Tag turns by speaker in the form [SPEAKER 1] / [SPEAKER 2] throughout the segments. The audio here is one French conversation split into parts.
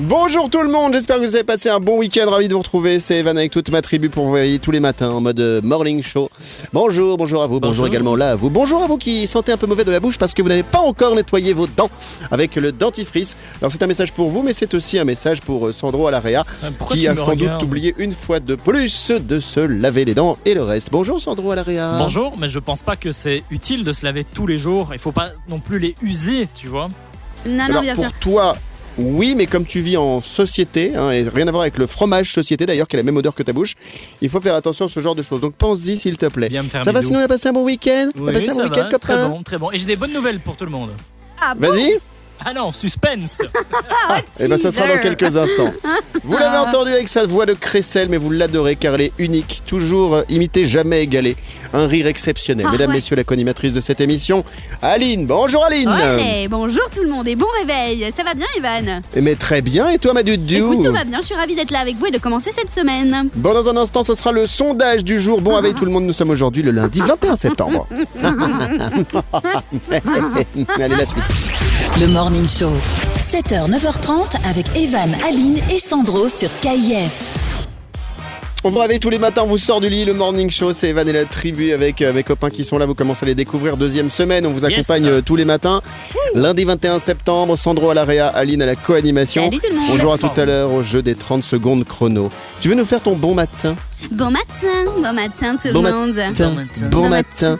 [SPEAKER 1] Bonjour tout le monde, j'espère que vous avez passé un bon week-end, ravi de vous retrouver, c'est Evan avec toute ma tribu pour vous réveiller tous les matins en mode euh, morning show. Bonjour, bonjour à vous, bonjour, également là à vous, bonjour à vous qui sentez un peu mauvais de la bouche parce que vous n'avez pas encore nettoyé vos dents avec le dentifrice. Alors c'est un message pour vous mais c'est aussi un message pour euh, Sandro Alaria
[SPEAKER 2] Pourquoi
[SPEAKER 1] qui
[SPEAKER 2] tu
[SPEAKER 1] a
[SPEAKER 2] me
[SPEAKER 1] sans doute
[SPEAKER 2] regardes
[SPEAKER 1] oublié une fois de plus de se laver les dents et le reste. Bonjour Sandro Alaria.
[SPEAKER 2] Bonjour, mais je pense pas que c'est utile de se laver tous les jours. Il faut pas non plus les user, tu vois.
[SPEAKER 3] Ah Non, non,
[SPEAKER 1] Alors
[SPEAKER 3] bien
[SPEAKER 1] pour
[SPEAKER 3] sûr.
[SPEAKER 1] toi, oui, mais comme tu vis en société, hein, et rien à voir avec le fromage société d'ailleurs, qui a la même odeur que ta bouche, il faut faire attention à ce genre de choses. Donc pense-y s'il te plaît.
[SPEAKER 2] Viens me faire
[SPEAKER 1] Ça
[SPEAKER 2] un
[SPEAKER 1] va
[SPEAKER 2] bisou.
[SPEAKER 1] sinon, on a passé un bon week-end On a
[SPEAKER 2] Oui,
[SPEAKER 1] passé un
[SPEAKER 2] Eh ben, ça
[SPEAKER 1] bon week-end,
[SPEAKER 2] va, très
[SPEAKER 1] copain
[SPEAKER 2] bon, très bon. Et j'ai des bonnes nouvelles pour tout le monde.
[SPEAKER 3] Ah bon,
[SPEAKER 1] Vas-y
[SPEAKER 2] Ah non, suspense
[SPEAKER 1] Et ben ça sera dans
[SPEAKER 3] Oh, teaser.
[SPEAKER 1] quelques instants. Vous l'avez entendu avec sa voix de Cressel, mais vous l'adorez car elle est unique, toujours euh, imitée, jamais égalée. Un rire exceptionnel.
[SPEAKER 3] Ah
[SPEAKER 1] Mesdames,
[SPEAKER 3] ouais.
[SPEAKER 1] messieurs, la conimatrice de cette émission, Aline. Bonjour Aline
[SPEAKER 3] Ouais, bonjour tout le monde et bon réveil. Ça va bien, Evan
[SPEAKER 1] Eh, Mais très bien, et toi ma du
[SPEAKER 3] Écoute, tout va bien. Je suis ravie d'être là avec vous et de commencer cette semaine.
[SPEAKER 1] Bon, dans un instant, ce sera le sondage du jour. Bon, avec tout le monde, nous sommes aujourd'hui le lundi 21 septembre. Allez, la suite.
[SPEAKER 4] Le Morning Show, 7h, 9h30 avec Evan, Aline et Sandro sur KIF.
[SPEAKER 1] On vous réveille tous les matins, on vous sort du lit, le morning show, c'est Evan et la tribu avec euh, mes copains qui sont là, vous commencez à les découvrir. Deuxième semaine, on vous
[SPEAKER 2] Yes.
[SPEAKER 1] accompagne euh, tous les matins. Lundi 21 septembre, Sandro à l'AREA, Aline à la co-animation.
[SPEAKER 3] Salut tout le monde.
[SPEAKER 1] On jouera
[SPEAKER 2] Forme.
[SPEAKER 1] tout à l'heure au jeu des 30 secondes chrono. Tu veux nous faire ton bon matin
[SPEAKER 3] Bon matin, bon matin tout
[SPEAKER 1] Bon
[SPEAKER 3] le
[SPEAKER 1] mat-
[SPEAKER 3] monde.
[SPEAKER 2] Bon matin.
[SPEAKER 1] Bon
[SPEAKER 3] Bon
[SPEAKER 1] matin.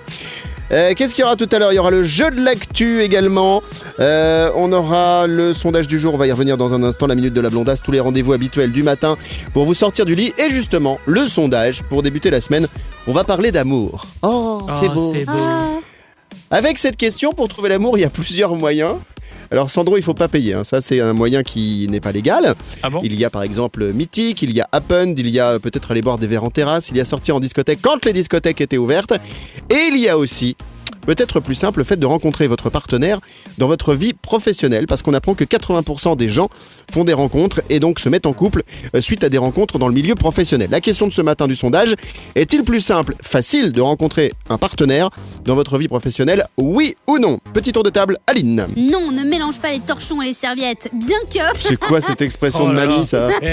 [SPEAKER 1] Euh, Qu'est-ce qu'il y aura tout à l'heure Il y aura le jeu de l'actu également. Euh, on aura le sondage du jour. On va y revenir dans un instant. La minute de la blondasse. Tous les rendez-vous habituels du matin pour vous sortir du lit. Et justement, le sondage pour débuter la semaine. On va parler d'amour. Oh, c'est
[SPEAKER 2] Oh,
[SPEAKER 1] beau.
[SPEAKER 2] C'est beau.
[SPEAKER 3] Ah,
[SPEAKER 1] Avec cette question, pour trouver l'amour, il y a plusieurs moyens. Alors Sandro, il faut pas payer. hein. Ça, c'est un moyen qui n'est pas légal.
[SPEAKER 2] Ah bon
[SPEAKER 1] Il y a par exemple Mythique, il y a Happened, il y a euh, peut-être aller boire des verres en terrasse, il y a sortir en discothèque quand les discothèques étaient ouvertes. Et il y a aussi, peut-être plus simple, le fait de rencontrer votre partenaire dans votre vie professionnelle, parce qu'on apprend que 80% des gens font des rencontres et donc se mettent en couple euh, suite à des rencontres dans le milieu professionnel. La question de ce matin du sondage, est-il plus simple, facile de rencontrer un partenaire dans votre vie professionnelle, oui ou non Petit tour de table, Aline.
[SPEAKER 3] Non, ne mélange pas les torchons et les serviettes. Bien que.
[SPEAKER 1] C'est quoi cette expression
[SPEAKER 2] Oh
[SPEAKER 1] de
[SPEAKER 2] là
[SPEAKER 1] mamie
[SPEAKER 2] là.
[SPEAKER 1] ça
[SPEAKER 2] Eh,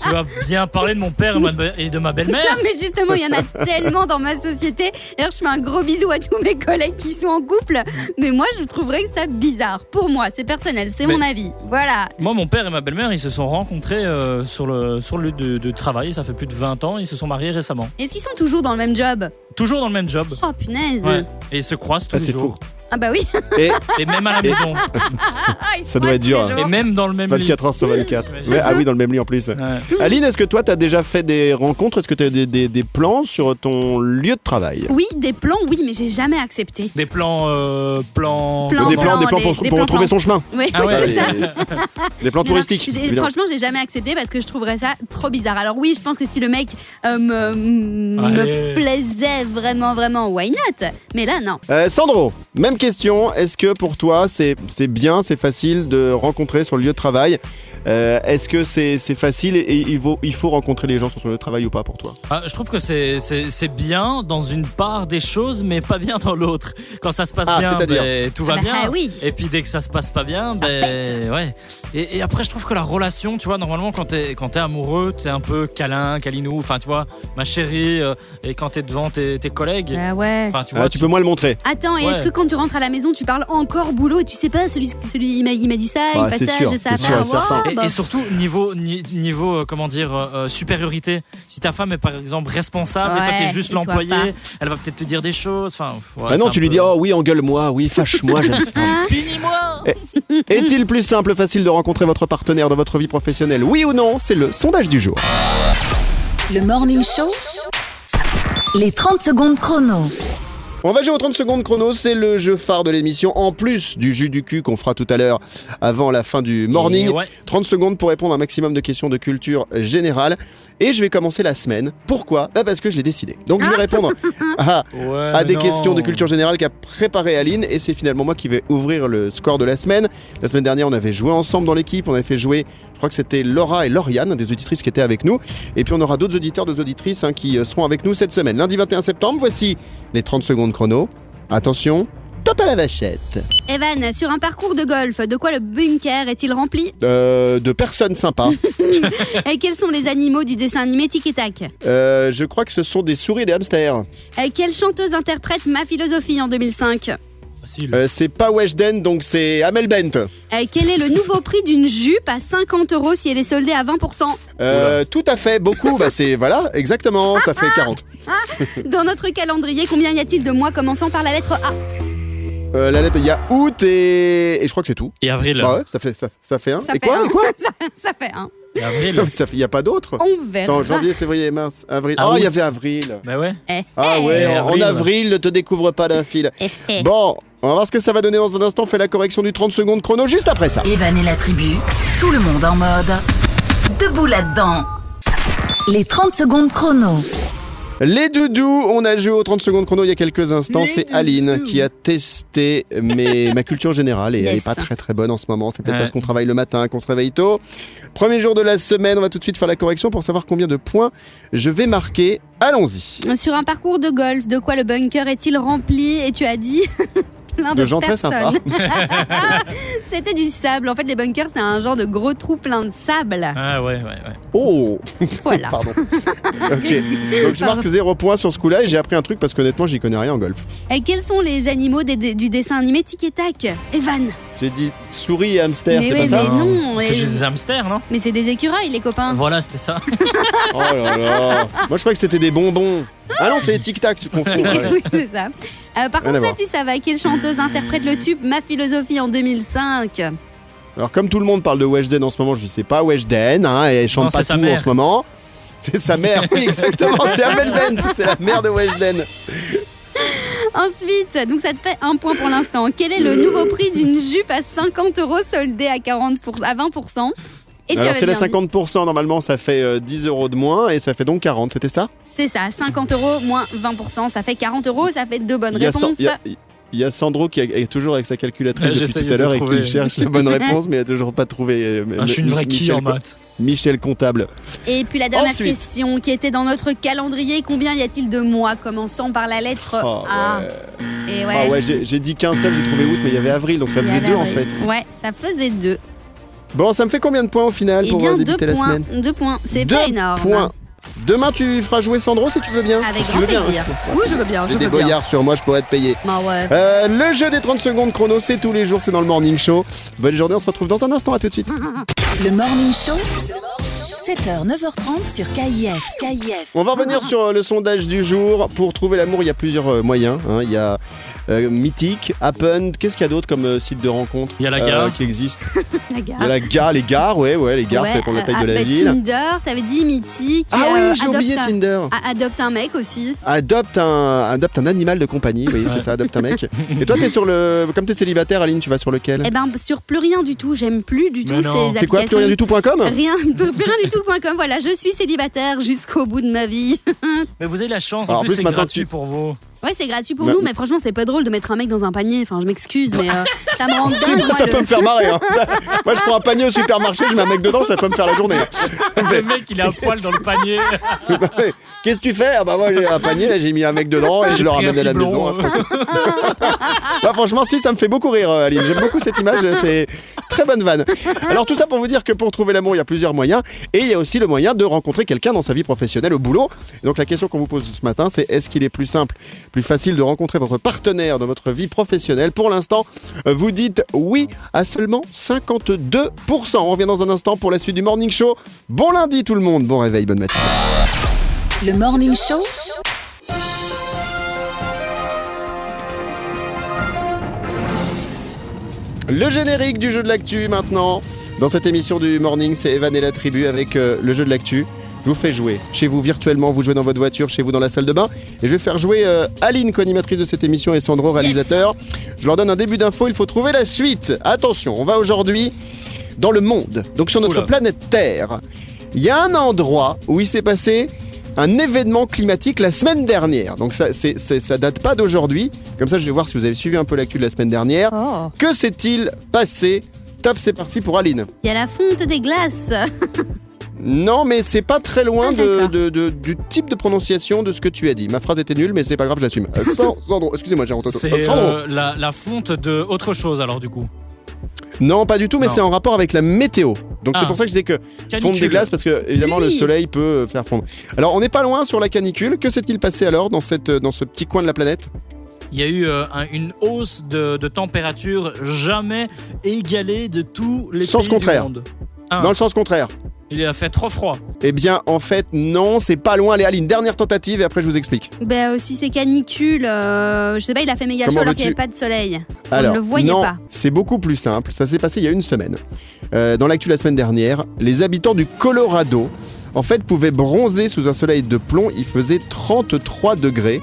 [SPEAKER 2] tu vas bien parler de mon père et ma- et de ma
[SPEAKER 3] Non,
[SPEAKER 2] belle-mère
[SPEAKER 3] mais justement, il y en a tellement dans ma société. D'ailleurs, je fais un gros bisou à tous mes collègues qui sont en couple. Mais moi, je trouverais que ça bizarre. Pour moi, c'est personnel, c'est
[SPEAKER 1] Mais-
[SPEAKER 3] mon avis. Voilà.
[SPEAKER 2] Moi, mon père et ma belle-mère, ils se sont rencontrés euh, sur le sur le lieu de, de travail. Ça fait plus de 20 ans. Ils se sont mariés récemment.
[SPEAKER 3] Est-ce qu'ils sont toujours dans le même job
[SPEAKER 2] Toujours dans le même job.
[SPEAKER 3] Oh punaise.
[SPEAKER 2] Ouais. Et ils se croisent tous
[SPEAKER 1] Ah,
[SPEAKER 2] les
[SPEAKER 1] c'est
[SPEAKER 2] jours.
[SPEAKER 3] Ah bah oui.
[SPEAKER 1] Et
[SPEAKER 2] Et même à la maison.
[SPEAKER 3] Ah, ils se
[SPEAKER 1] Ça doit
[SPEAKER 3] croisent
[SPEAKER 1] être dur, hein.
[SPEAKER 3] tous les
[SPEAKER 2] Et
[SPEAKER 3] jours.
[SPEAKER 2] même dans le même lit.
[SPEAKER 1] 24 heures sur 24.
[SPEAKER 2] J'imagine.
[SPEAKER 1] Ouais, ah oui, dans le même lit en plus.
[SPEAKER 2] Ouais.
[SPEAKER 1] Aline, est-ce que toi, tu as déjà fait des rencontres Est-ce que tu as des, des- des plans sur ton lieu de travail
[SPEAKER 3] Oui, des plans, oui, mais j'ai jamais accepté.
[SPEAKER 2] Des plans, euh, plans,
[SPEAKER 3] Plans,
[SPEAKER 1] Des plans,
[SPEAKER 3] plans,
[SPEAKER 1] des plans
[SPEAKER 3] des-
[SPEAKER 1] pour,
[SPEAKER 3] des
[SPEAKER 1] pour
[SPEAKER 3] plans,
[SPEAKER 1] retrouver son chemin.
[SPEAKER 3] Oui,
[SPEAKER 2] Ah
[SPEAKER 3] oui,
[SPEAKER 2] ouais,
[SPEAKER 3] c'est ça.
[SPEAKER 1] des, des plans
[SPEAKER 3] Non, non,
[SPEAKER 1] touristiques.
[SPEAKER 3] j'ai-
[SPEAKER 1] évidemment.
[SPEAKER 3] franchement, j'ai jamais accepté parce que je trouverais ça trop bizarre. Alors oui, je pense que si le mec euh, me, me
[SPEAKER 2] Allez.
[SPEAKER 3] plaisait vraiment, vraiment, why not Mais là, non.
[SPEAKER 1] Euh, Sandro, même question. Est-ce que pour toi, c'est c'est bien, c'est facile de rencontrer sur le lieu de travail Euh, Est-ce que c'est c'est facile et, et il, vaut- il faut rencontrer les gens sur son lieu de travail ou pas pour toi
[SPEAKER 2] Ah, je trouve que c'est- c'est c'est bien dans une part des choses, mais pas bien dans l'autre. Quand ça se passe
[SPEAKER 1] Ah,
[SPEAKER 2] bien,
[SPEAKER 1] c'est-à-dire
[SPEAKER 2] ben, tout
[SPEAKER 3] Ah
[SPEAKER 2] va
[SPEAKER 3] bah,
[SPEAKER 2] bien.
[SPEAKER 3] ah oui.
[SPEAKER 2] Et puis dès que ça se passe pas bien, ben, ouais. Et, et après, je trouve que la relation, tu vois, normalement, quand t'es quand t'es amoureux, t'es un peu câlin, câlinou, enfin, tu vois, ma chérie, euh, et quand t'es devant tes, tes collègues,
[SPEAKER 3] Bah ouais.
[SPEAKER 2] enfin, tu vois,
[SPEAKER 1] Ah, Tu peux moins le montrer.
[SPEAKER 3] Attends, et
[SPEAKER 2] Ouais.
[SPEAKER 3] est-ce que quand tu rentres à la maison, tu parles encore boulot et tu sais pas, celui, celui il m'a- il m'a dit ça,
[SPEAKER 1] Ah,
[SPEAKER 3] il
[SPEAKER 1] c'est
[SPEAKER 3] fait ça,
[SPEAKER 1] sûr,
[SPEAKER 3] j'ai ça.
[SPEAKER 1] c'est sûr et
[SPEAKER 3] bah,
[SPEAKER 1] certain.
[SPEAKER 3] ouais,
[SPEAKER 2] Et,
[SPEAKER 3] bah,
[SPEAKER 2] et surtout niveau ni- niveau euh, comment dire euh, euh, supériorité. Si ta femme est par exemple responsable et toi
[SPEAKER 3] Ouais,
[SPEAKER 2] t'es juste
[SPEAKER 3] et toi
[SPEAKER 2] l'employé,
[SPEAKER 3] pas.
[SPEAKER 2] elle va peut-être te dire des choses. Enfin, ouais,
[SPEAKER 1] Ah non,
[SPEAKER 2] c'est
[SPEAKER 1] tu
[SPEAKER 2] un
[SPEAKER 1] lui
[SPEAKER 2] peu-
[SPEAKER 1] dis Oh oui, engueule-moi, oui, fâche-moi, j'aime ça.
[SPEAKER 3] Hein
[SPEAKER 2] punis-moi.
[SPEAKER 1] Est-il plus simple, facile de rencontrer votre partenaire dans votre vie professionnelle Oui ou non C'est le sondage du jour.
[SPEAKER 4] Le Morning Show, les 30 secondes chrono.
[SPEAKER 1] On va jouer aux 30 secondes chrono, c'est le jeu phare de l'émission, en plus du jus du cul qu'on fera tout à l'heure avant la fin du morning.
[SPEAKER 2] Et ouais.
[SPEAKER 1] 30 secondes pour répondre à un maximum de questions de culture générale. Et je vais commencer la semaine. Pourquoi Bah parce que je l'ai décidé. Donc
[SPEAKER 2] Ah.
[SPEAKER 1] je vais répondre à,
[SPEAKER 2] Ouais,
[SPEAKER 1] à
[SPEAKER 2] mais
[SPEAKER 1] des
[SPEAKER 2] Euh, non.
[SPEAKER 1] questions de culture générale qu'a préparé Aline. Et c'est finalement moi qui vais ouvrir le score de la semaine. La semaine dernière, on avait joué ensemble dans l'équipe. On avait fait jouer, je crois que c'était Laura et Lauriane, des auditrices qui étaient avec nous. Et puis on aura d'autres auditeurs, d'autres auditrices hein, qui euh, seront avec nous cette semaine. Lundi 21 septembre, voici les 30 secondes chrono. Attention, top à la vachette.
[SPEAKER 3] Evan, sur un parcours de golf, de quoi le bunker est-il rempli
[SPEAKER 1] Euh, de personnes sympas.
[SPEAKER 3] Et quels sont les animaux du dessin animé Tic et Tac
[SPEAKER 1] Euh, je crois que ce sont des souris et des hamsters.
[SPEAKER 3] Euh, Quelle chanteuse interprète Ma philosophie en 2005
[SPEAKER 2] Facile.
[SPEAKER 1] Euh, c'est pas Weshden, donc c'est Amel Bent.
[SPEAKER 3] Euh, Quel est le nouveau prix d'une jupe à 50 euros si elle est soldée à 20%
[SPEAKER 1] Euh, tout à fait, beaucoup. bah c'est voilà, exactement, ça fait 40.
[SPEAKER 3] Dans notre calendrier, combien y a-t-il de mois commençant par la lettre A
[SPEAKER 1] Euh, la lettre, il y a août et, et je crois que c'est tout.
[SPEAKER 2] Et avril.
[SPEAKER 1] Ah ouais, ça fait ça, ça fait un.
[SPEAKER 3] Ça
[SPEAKER 1] et
[SPEAKER 3] fait
[SPEAKER 1] quoi
[SPEAKER 3] un.
[SPEAKER 1] Et quoi
[SPEAKER 3] ça, ça fait un.
[SPEAKER 2] Et avril.
[SPEAKER 1] Non, mais ça fait- Il y a pas d'autre.
[SPEAKER 3] On verra.
[SPEAKER 1] Attends, janvier, février, mars, avril.
[SPEAKER 2] Ah,
[SPEAKER 1] oh, il
[SPEAKER 2] août.
[SPEAKER 1] y avait avril.
[SPEAKER 2] Bah ouais.
[SPEAKER 3] Eh,
[SPEAKER 1] Ah
[SPEAKER 3] eh,
[SPEAKER 1] ouais,
[SPEAKER 2] Eh,
[SPEAKER 1] en-
[SPEAKER 2] avril.
[SPEAKER 1] en avril, ne te découvre pas d'un fil.
[SPEAKER 3] eh, eh.
[SPEAKER 1] Bon, on va voir ce que ça va donner dans un instant. On fait la correction du 30 secondes chrono juste après ça.
[SPEAKER 4] Evan et la tribu, tout le monde en mode. Debout là-dedans. Les 30 secondes chrono.
[SPEAKER 1] Les doudous, on a joué aux 30 secondes chrono il y a quelques instants. C'est Aline qui a testé mes- ma culture générale et elle n'est
[SPEAKER 3] Yes.
[SPEAKER 1] pas très très bonne en ce moment. C'est peut-être
[SPEAKER 2] Ouais.
[SPEAKER 1] parce qu'on travaille le matin, qu'on se réveille tôt. Premier jour de la semaine, on va tout de suite faire la correction pour savoir combien de points je vais marquer. Allons-y.
[SPEAKER 3] Sur un parcours de golf, de quoi le bunker est-il rempli Et tu as dit plein de,
[SPEAKER 1] De gens très
[SPEAKER 3] personnes.
[SPEAKER 1] sympas.
[SPEAKER 3] C'était du sable. En fait, les bunkers, c'est un genre de gros trou plein de sable.
[SPEAKER 2] Ah ouais, ouais, ouais.
[SPEAKER 1] Oh
[SPEAKER 3] Voilà.
[SPEAKER 1] Pardon. ok. Donc je marque 0 points sur ce coup-là et j'ai appris un truc parce qu'honnêtement, j'y connais rien en golf.
[SPEAKER 3] Et quels sont les animaux des- des- du dessin animé Tic et Tac Evan
[SPEAKER 1] J'ai dit souris et hamster,
[SPEAKER 3] Mais
[SPEAKER 1] c'est
[SPEAKER 3] oui,
[SPEAKER 1] pas ça
[SPEAKER 3] mais- Hein. non,
[SPEAKER 2] C'est
[SPEAKER 3] et-
[SPEAKER 2] juste des hamsters, non
[SPEAKER 3] Mais c'est des écureuils, les copains.
[SPEAKER 2] Voilà, c'était ça.
[SPEAKER 1] Oh là là Moi je croyais que c'était des bonbons. Ah non, c'est les tic-tac, tu confonds. ouais.
[SPEAKER 3] oui, c'est ça. Euh, par
[SPEAKER 1] Rien à
[SPEAKER 3] contre, ça,
[SPEAKER 1] voir.
[SPEAKER 3] tu savais quelle chanteuse interprète le tube Ma philosophie en 2005
[SPEAKER 1] Alors comme tout le monde parle de Weshden en ce moment, je dis c'est pas Weshden, hein, et elle chante
[SPEAKER 2] Non,
[SPEAKER 1] pas
[SPEAKER 2] c'est sa
[SPEAKER 1] tout en
[SPEAKER 2] mère.
[SPEAKER 1] ce moment. C'est sa mère, oui exactement, c'est Amel Bent, c'est la mère de Weshden.
[SPEAKER 3] Ensuite, donc ça te fait un point pour l'instant. Quel est le nouveau prix d'une jupe à 50 euros soldée à, 40 pour- à 20% Et tu
[SPEAKER 1] Alors
[SPEAKER 3] avais
[SPEAKER 1] c'est la
[SPEAKER 3] bien dit.
[SPEAKER 1] 50%, normalement ça fait euh, 10 euros de moins et ça fait donc 40, c'était ça
[SPEAKER 3] C'est ça, 50 euros moins 20%, ça fait 40 euros, ça fait deux bonnes
[SPEAKER 1] Il y a San-
[SPEAKER 3] réponses.
[SPEAKER 1] il y a- il y a Sandro qui est toujours avec sa calculatrice
[SPEAKER 2] Ouais,
[SPEAKER 1] depuis
[SPEAKER 2] j'essaye
[SPEAKER 1] tout à
[SPEAKER 2] de
[SPEAKER 1] l'heure et qui
[SPEAKER 2] trouver.
[SPEAKER 1] cherche la bonne réponse mais il a toujours pas trouvé. euh,
[SPEAKER 2] Ah, je suis une
[SPEAKER 1] Mi-
[SPEAKER 2] vraie qui
[SPEAKER 1] Michel
[SPEAKER 2] en
[SPEAKER 1] Co-
[SPEAKER 2] maths.
[SPEAKER 1] Michel Comptable.
[SPEAKER 3] Et puis la dernière
[SPEAKER 1] Ensuite.
[SPEAKER 3] question qui était dans notre calendrier, combien y a-t-il de mois commençant par la lettre
[SPEAKER 1] Oh,
[SPEAKER 3] A
[SPEAKER 1] ouais.
[SPEAKER 3] Et ouais,
[SPEAKER 1] Ah ouais, j'ai j'ai dit qu'un seul, j'ai trouvé août, mais il y avait avril, donc ça
[SPEAKER 3] il y
[SPEAKER 1] faisait
[SPEAKER 3] avait
[SPEAKER 1] deux en
[SPEAKER 3] avril.
[SPEAKER 1] fait.
[SPEAKER 3] Ouais, ça faisait deux.
[SPEAKER 1] Bon, ça me fait combien de points au final
[SPEAKER 3] Et
[SPEAKER 1] pour euh,
[SPEAKER 3] Eh bien deux
[SPEAKER 1] débuter la
[SPEAKER 3] points,
[SPEAKER 1] semaine
[SPEAKER 3] deux points, c'est
[SPEAKER 1] Deux
[SPEAKER 3] pas énorme.
[SPEAKER 1] points. Demain, tu feras jouer Sandro si tu veux bien.
[SPEAKER 3] Avec
[SPEAKER 1] Si tu
[SPEAKER 3] grand
[SPEAKER 1] veux bien,
[SPEAKER 3] plaisir.
[SPEAKER 1] hein.
[SPEAKER 3] Oui, je veux bien, je
[SPEAKER 1] J'ai
[SPEAKER 3] veux
[SPEAKER 1] des
[SPEAKER 3] bien.
[SPEAKER 1] boyards sur moi, je pourrais te payer.
[SPEAKER 3] Bah ouais.
[SPEAKER 1] Euh, le jeu des 30 secondes chrono, c'est tous les jours, c'est dans le morning show. Bonne journée, on se retrouve dans un instant, à tout de suite.
[SPEAKER 4] Le Morning Show, 7h, 9h30 sur KIF.
[SPEAKER 1] On va revenir sur euh, le sondage du jour. Pour trouver l'amour, il y a plusieurs euh, moyens. hein. Il y a euh, Mythique, Happen, qu'est-ce qu'il y a d'autre comme euh, site de rencontre
[SPEAKER 2] Il y a la
[SPEAKER 1] euh,
[SPEAKER 2] gare.
[SPEAKER 1] qui existe.
[SPEAKER 3] La gare.
[SPEAKER 1] Il y a la gare, les gares, ouais, ouais, les gares,
[SPEAKER 3] Ouais,
[SPEAKER 1] ça dépend de la taille de la
[SPEAKER 3] euh, bah,
[SPEAKER 1] ville.
[SPEAKER 3] Tinder, t'avais dit mythique.
[SPEAKER 1] Ah
[SPEAKER 3] euh,
[SPEAKER 1] oui, j'ai oublié
[SPEAKER 3] adopte un-
[SPEAKER 1] Tinder.
[SPEAKER 3] a- adopte un mec aussi.
[SPEAKER 1] Adopte un, adopte un animal de compagnie, oui, c'est
[SPEAKER 2] Ouais.
[SPEAKER 1] ça, adopte un mec. Et toi, t'es sur le. Comme t'es célibataire, Aline, tu vas sur lequel
[SPEAKER 3] Eh ben sur plus rien du tout, j'aime plus du tout
[SPEAKER 2] Mais
[SPEAKER 3] ces
[SPEAKER 2] non.
[SPEAKER 3] applications.
[SPEAKER 1] C'est quoi, plus rien du tout.com
[SPEAKER 3] Rien, plus plus rien du tout. point com. Voilà, je suis célibataire jusqu'au bout de ma vie.
[SPEAKER 2] Mais vous avez la chance,
[SPEAKER 1] Alors,
[SPEAKER 2] en
[SPEAKER 1] en
[SPEAKER 2] plus,
[SPEAKER 1] plus,
[SPEAKER 2] c'est
[SPEAKER 1] maintenant,
[SPEAKER 2] gratuit
[SPEAKER 1] tu-
[SPEAKER 2] pour vous.
[SPEAKER 3] Ouais, c'est gratuit pour
[SPEAKER 1] Bah,
[SPEAKER 3] nous, mais franchement, c'est pas drôle de mettre un mec dans un panier. Enfin, je m'excuse, mais euh, ça me rend
[SPEAKER 1] C'est-
[SPEAKER 3] dingue. moi,
[SPEAKER 1] ça
[SPEAKER 3] le-
[SPEAKER 1] peut me faire marrer. hein. Moi, je prends un panier au supermarché, je mets un mec dedans, ça peut me faire la journée.
[SPEAKER 2] Le mec, il est à poil dans le panier.
[SPEAKER 1] Qu'est-ce que tu fais Ah bah, moi, j'ai un panier, là, j'ai mis un mec dedans et je le
[SPEAKER 2] Pris un
[SPEAKER 1] ramène à la
[SPEAKER 2] petit
[SPEAKER 1] maison. hein.
[SPEAKER 2] blond.
[SPEAKER 1] Bah, franchement, si, ça me fait beaucoup rire, euh, Aline. J'aime beaucoup cette image, euh, c'est très bonne vanne. Alors, tout ça pour vous dire que pour trouver l'amour, il y a plusieurs moyens. Et il y a aussi le moyen de rencontrer quelqu'un dans sa vie professionnelle, au boulot. Et donc, la question qu'on vous pose ce matin, c'est est-ce qu'il est plus simple, plus facile de rencontrer votre partenaire dans votre vie professionnelle Pour l'instant, euh, vous dites oui à seulement 52%. On revient dans un instant pour la suite du Morning Show. Bon lundi, tout le monde. Bon réveil, bonne matinée.
[SPEAKER 4] Le Morning Show,
[SPEAKER 1] Le générique du jeu de l'actu maintenant. Dans cette émission du morning, c'est Evan et la tribu avec euh, le jeu de l'actu. Je vous fais jouer chez vous virtuellement, vous jouez dans votre voiture, chez vous dans la salle de bain. Et je vais faire jouer euh, Aline, co-animatrice de cette émission, et Sandro, réalisateur. Je leur donne un début d'info, il faut trouver la suite. Attention, on va aujourd'hui dans le monde, donc sur notre
[SPEAKER 2] Oula.
[SPEAKER 1] planète Terre. il y a un endroit où il s'est passé un événement climatique la semaine dernière. Donc ça, c'est- c'est- ça date pas d'aujourd'hui. Comme ça, je vais voir si vous avez suivi un peu l'actu de la semaine dernière.
[SPEAKER 5] Oh.
[SPEAKER 1] Que s'est-il passé Top, c'est parti pour Aline.
[SPEAKER 3] Il y a la fonte des glaces.
[SPEAKER 1] Non, mais c'est pas très loin
[SPEAKER 3] Ah,
[SPEAKER 1] de,
[SPEAKER 3] d'accord.
[SPEAKER 1] de- de- du type de prononciation de ce que tu as dit. Ma phrase était nulle, mais c'est pas grave, je l'assume. Euh, San- Sandro, excusez-moi, j'ai un rototo. Euh,
[SPEAKER 2] C'est
[SPEAKER 1] Sandro.
[SPEAKER 2] euh, la, la fonte de autre chose alors du coup.
[SPEAKER 1] Non, pas du tout, mais
[SPEAKER 2] Non.
[SPEAKER 1] c'est en rapport avec la météo. Donc c'est
[SPEAKER 2] Ah.
[SPEAKER 1] pour ça que je disais que fondre des
[SPEAKER 2] Canicule.
[SPEAKER 1] glaces, parce que évidemment le
[SPEAKER 3] Pluie.
[SPEAKER 1] soleil peut euh, faire fondre. Alors on n'est pas loin sur la canicule. Que s'est-il passé alors dans, cette, euh, dans ce petit coin de la planète
[SPEAKER 2] Il y a eu euh, un- une hausse de, de température jamais égalée de tous les
[SPEAKER 1] Sens
[SPEAKER 2] pays
[SPEAKER 1] contraire.
[SPEAKER 2] du monde. Ah.
[SPEAKER 1] Dans le sens contraire.
[SPEAKER 2] Il a fait trop froid.
[SPEAKER 1] Eh bien, en fait, non, c'est pas loin. Allez, Aline, dernière tentative et après je vous explique.
[SPEAKER 3] Ben aussi ces canicules, euh, je sais pas, il a fait méga
[SPEAKER 1] Comment
[SPEAKER 3] chaud alors qu'il n'y
[SPEAKER 1] veux-tu
[SPEAKER 3] avait pas de soleil.
[SPEAKER 1] Alors,
[SPEAKER 3] le voyait
[SPEAKER 1] non,
[SPEAKER 3] pas.
[SPEAKER 1] c'est beaucoup plus simple. Ça s'est passé il y a une semaine. Euh, dans l'actu la semaine dernière, les habitants du Colorado, en fait, pouvaient bronzer sous un soleil de plomb. Il faisait 33 degrés.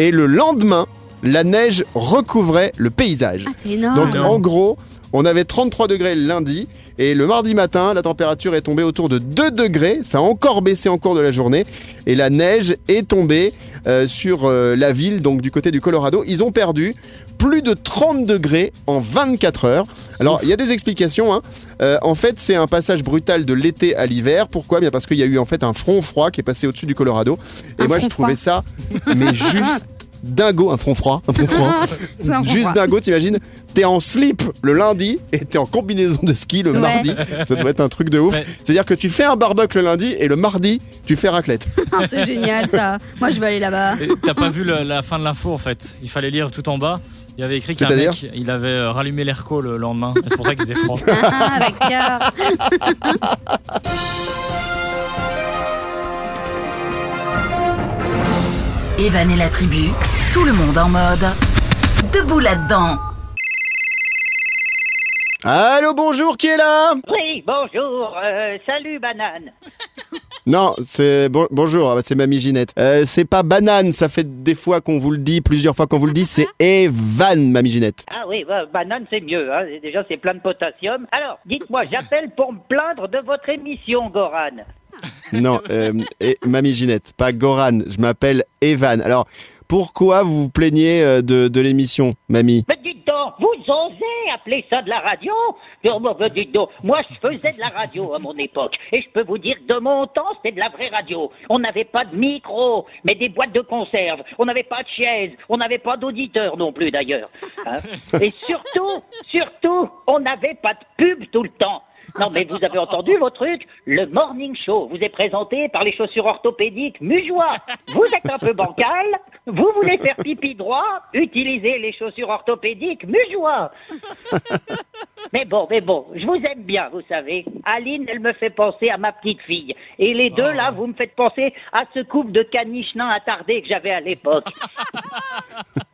[SPEAKER 1] Et le lendemain, la neige recouvrait le paysage.
[SPEAKER 3] Ah c'est énorme.
[SPEAKER 1] Donc
[SPEAKER 2] non.
[SPEAKER 1] en gros, on avait 33 degrés le lundi et le mardi matin, la température est tombée autour de 2 degrés. Ça a encore baissé en cours de la journée et la neige est tombée euh, sur euh, la ville, donc du côté du Colorado. Ils ont perdu plus de 30 degrés en 24 heures. Alors il y a des explications. hein. Euh, en fait, c'est un passage brutal de l'été à l'hiver. Pourquoi Bien parce qu'il y a eu en fait un front froid qui est passé au-dessus du Colorado. Et
[SPEAKER 3] Un
[SPEAKER 1] moi, je
[SPEAKER 3] front
[SPEAKER 1] trouvais ça mais juste dingo, un front froid, un front froid.
[SPEAKER 3] C'est un
[SPEAKER 1] Juste
[SPEAKER 3] froid.
[SPEAKER 1] dingo, t'imagines T'es en slip le lundi et t'es en combinaison de ski le
[SPEAKER 3] Ouais.
[SPEAKER 1] mardi. Ça doit être un truc de ouf.
[SPEAKER 2] Ouais.
[SPEAKER 1] C'est-à-dire que tu fais un barbecue le lundi et le mardi, tu fais raclette.
[SPEAKER 3] Ah, c'est génial ça. Moi je veux aller là-bas.
[SPEAKER 2] Et T'as pas vu le- la fin de l'info en fait. Il fallait lire tout en bas. Il y avait écrit qu'un
[SPEAKER 1] C'est-à-dire
[SPEAKER 2] mec, il avait euh, rallumé l'airco le lendemain. Et C'est pour ça qu'il faisait froid.
[SPEAKER 3] Ah, d'accord.
[SPEAKER 4] Evan et la tribu, tout le monde en mode. Debout là-dedans.
[SPEAKER 1] Allô, bonjour, qui est là
[SPEAKER 6] Oui, bonjour, euh, salut banane.
[SPEAKER 1] Non, c'est bon- bonjour, ah bah, c'est Mamie Ginette. Euh, c'est pas banane, ça fait des fois qu'on vous le dit, plusieurs fois qu'on vous le dit, c'est Evan, Mamie Ginette.
[SPEAKER 6] Ah oui, bah, banane c'est mieux, hein. déjà c'est plein de potassium. Alors, dites-moi, j'appelle pour me plaindre de votre émission, Goran.
[SPEAKER 1] Non, euh, et- Mamie Ginette, pas Goran, je m'appelle Evan. Alors, pourquoi vous vous plaignez euh, de- de l'émission, Mamie
[SPEAKER 6] Mais dites donc, vous osez appeler ça de la radio Non, mais- mais dites donc, moi je faisais de la radio à mon époque, et je peux vous dire que de mon temps c'était de la vraie radio. On n'avait pas de micro, mais des boîtes de conserve, on n'avait pas de chaise, on n'avait pas d'auditeur non plus d'ailleurs. hein. Et surtout, surtout, on n'avait pas de pub tout le temps. Non mais vous avez entendu vos trucs Le morning show vous est présenté par les chaussures orthopédiques Mujois. Vous êtes un peu bancal, vous voulez faire pipi droit, utilisez les chaussures orthopédiques Mujois. Mais bon, mais bon, je vous aime bien, vous savez. Aline, elle me fait penser à ma petite fille. Et les deux là, vous me faites penser à ce couple de caniches nains attardés que j'avais à l'époque.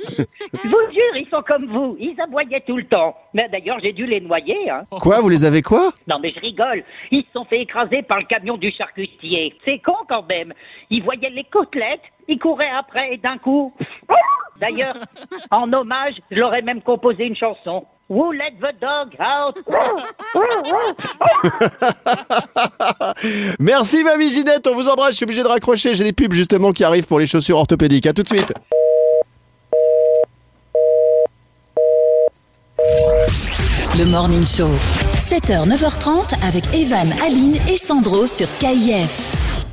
[SPEAKER 6] je vous jure, ils sont comme vous, ils aboyaient tout le temps. Mais d'ailleurs, j'ai dû les noyer, hein.
[SPEAKER 1] Quoi, vous les avez quoi
[SPEAKER 6] Non mais je rigole, ils se sont fait écraser par le camion du charcutier. C'est con quand même. Ils voyaient les côtelettes, ils couraient après et d'un coup... D'ailleurs, en hommage, je leur ai même composé une chanson. Who let the dog out?
[SPEAKER 1] Merci Mamie Ginette, on vous embrasse, je suis obligé de raccrocher, j'ai des pubs justement qui arrivent pour les chaussures orthopédiques. À tout de suite.
[SPEAKER 4] Le Morning Show. 7h, 9h30 avec Evan, Aline et Sandro sur KIF.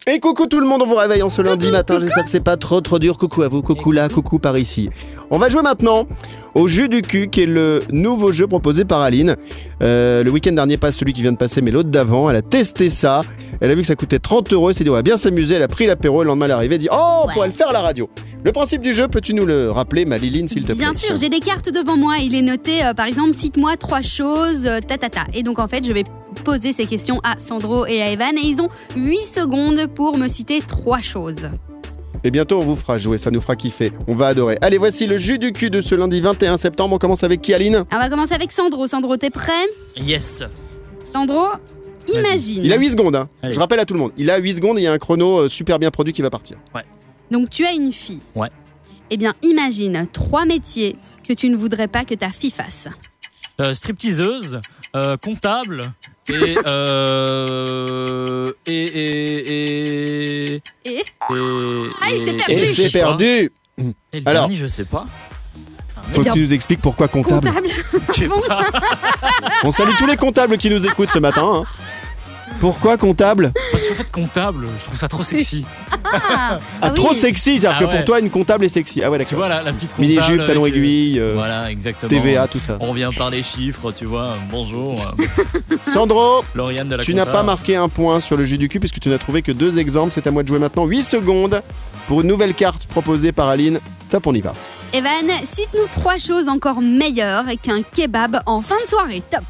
[SPEAKER 1] Et coucou tout le monde, on vous réveille en ce lundi matin, j'espère que c'est pas trop trop dur. Coucou à vous, coucou là, coucou par ici. On va jouer maintenant au jeu du cul qui est le nouveau jeu proposé par Aline. Euh, le week-end dernier, pas celui qui vient de passer mais l'autre d'avant, elle a testé ça, elle a vu que ça coûtait 30 euros, elle s'est dit on va bien s'amuser, elle a pris l'apéro, le lendemain elle est arrivée, elle dit oh, on pourrait le faire à la radio. Le principe du jeu, peux-tu nous le rappeler ma Liline s'il te plaît
[SPEAKER 3] Bien sûr, j'ai des cartes devant moi. Il est noté, euh, par exemple, cite-moi trois choses, euh, ta ta ta. Et donc, en fait, je vais poser ces questions à Sandro et à Evan. Et ils ont 8 secondes pour me citer trois choses.
[SPEAKER 1] Et bientôt, on vous fera jouer, ça nous fera kiffer. On va adorer. Allez, voici le jus du cul de ce lundi 21 septembre. On commence avec qui, Aline
[SPEAKER 3] On va commencer avec Sandro. Sandro, t'es prêt
[SPEAKER 2] Yes.
[SPEAKER 3] Sandro,
[SPEAKER 2] Vas-y.
[SPEAKER 3] imagine.
[SPEAKER 1] Il a 8 secondes, hein.
[SPEAKER 2] Allez.
[SPEAKER 1] je rappelle à tout le monde. Il a 8 secondes et il y a un chrono euh, super bien produit qui va partir.
[SPEAKER 3] Donc, tu as une fille.
[SPEAKER 2] Ouais.
[SPEAKER 3] Eh bien, imagine trois métiers que tu ne voudrais pas que ta fille fasse.
[SPEAKER 2] Euh, stripteaseuse, euh, comptable Et, euh, et, et, et, et,
[SPEAKER 3] Et
[SPEAKER 2] Ah,
[SPEAKER 3] il
[SPEAKER 1] Et
[SPEAKER 3] s'est perdu. Perdu.
[SPEAKER 1] c'est perdu
[SPEAKER 2] Et le
[SPEAKER 1] Alors.
[SPEAKER 2] dernier, je sais pas.
[SPEAKER 1] Faut que
[SPEAKER 3] Bien.
[SPEAKER 1] tu nous expliques pourquoi comptable.
[SPEAKER 3] comptable.
[SPEAKER 2] Je sais pas.
[SPEAKER 1] On salue tous les comptables qui nous écoutent ce matin. hein. Pourquoi comptable
[SPEAKER 2] Parce qu'en fait, comptable, je trouve ça trop sexy.
[SPEAKER 3] Ah,
[SPEAKER 1] ah,
[SPEAKER 3] oui.
[SPEAKER 1] Trop sexy, c'est-à-dire
[SPEAKER 2] Ah
[SPEAKER 1] que
[SPEAKER 2] ouais.
[SPEAKER 1] pour toi, une comptable est sexy. Ah ouais,
[SPEAKER 2] Tu
[SPEAKER 1] d'accord.
[SPEAKER 2] vois, la, la petite comptable.
[SPEAKER 1] Mini-jupe,
[SPEAKER 2] avec
[SPEAKER 1] talons
[SPEAKER 2] le-
[SPEAKER 1] aiguilles, euh,
[SPEAKER 2] Voilà, exactement.
[SPEAKER 1] TVA, tout ça.
[SPEAKER 2] On revient par les chiffres, tu vois. Bonjour, euh,
[SPEAKER 1] Sandro,
[SPEAKER 2] Lauriane de la
[SPEAKER 1] tu n'as
[SPEAKER 2] compta.
[SPEAKER 1] pas marqué un point sur le jeu du cul puisque tu n'as trouvé que deux exemples. C'est à moi de jouer maintenant 8 secondes pour une nouvelle carte proposée par Aline. Top, on y va.
[SPEAKER 3] Evan, cite-nous trois choses encore meilleures qu'un kebab en fin de soirée. Top.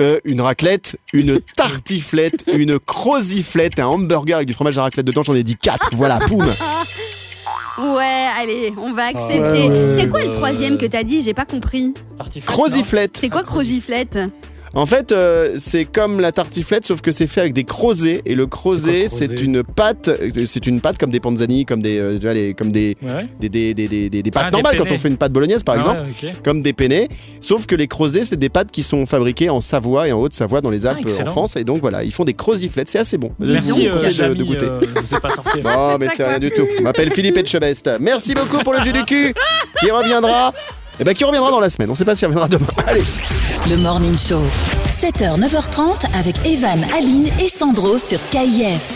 [SPEAKER 1] Euh, une raclette, une tartiflette, une croziflette, un hamburger avec du fromage à raclette dedans. J'en ai dit 4. Voilà, poum.
[SPEAKER 3] Ouais, allez, on va accepter.
[SPEAKER 1] Ah ouais, ouais,
[SPEAKER 3] c'est quoi le
[SPEAKER 2] ouais.
[SPEAKER 3] troisième que t'as dit J'ai pas compris.
[SPEAKER 2] Artifact, non
[SPEAKER 1] Croziflette.
[SPEAKER 3] C'est quoi croziflette
[SPEAKER 1] En fait, euh, c'est comme la tartiflette, sauf que c'est fait avec des crozets. Et le crozet,
[SPEAKER 2] C'est quoi, crozet
[SPEAKER 1] c'est une pâte. euh, C'est une pâte comme des panzani, comme des, euh, tu vois, les- comme des,
[SPEAKER 2] Ouais, ouais.
[SPEAKER 1] des, des, des, des, des- des pâtes
[SPEAKER 2] Ah, des
[SPEAKER 1] normales quand
[SPEAKER 2] penne.
[SPEAKER 1] on fait une pâte bolognaise, par
[SPEAKER 2] Ah
[SPEAKER 1] exemple.
[SPEAKER 2] ouais, ok.
[SPEAKER 1] Comme des penne. Sauf que les crozets, c'est des pâtes qui sont fabriquées en Savoie et en Haute-Savoie, dans les
[SPEAKER 2] Ah,
[SPEAKER 1] Alpes, en
[SPEAKER 2] excellent.
[SPEAKER 1] France. Et donc voilà, ils font des croziflettes. C'est assez bon. Je vous
[SPEAKER 2] Merci, euh,
[SPEAKER 1] conseille de- de,
[SPEAKER 2] Jamy,
[SPEAKER 1] goûter.
[SPEAKER 2] euh, c'est pas sorcier.
[SPEAKER 1] Non,
[SPEAKER 3] Ah, c'est
[SPEAKER 1] mais
[SPEAKER 3] ça,
[SPEAKER 1] c'est
[SPEAKER 3] quoi.
[SPEAKER 1] rien du tout. Je m'appelle Philippe Etchebest. Merci beaucoup pour le jus du cul qui reviendra. Eh ben, qui reviendra dans la semaine. On sait pas s'il reviendra demain. Allez.
[SPEAKER 4] Le Morning Show. 7h, 9h30 avec Evan, Aline et Sandro sur KIF.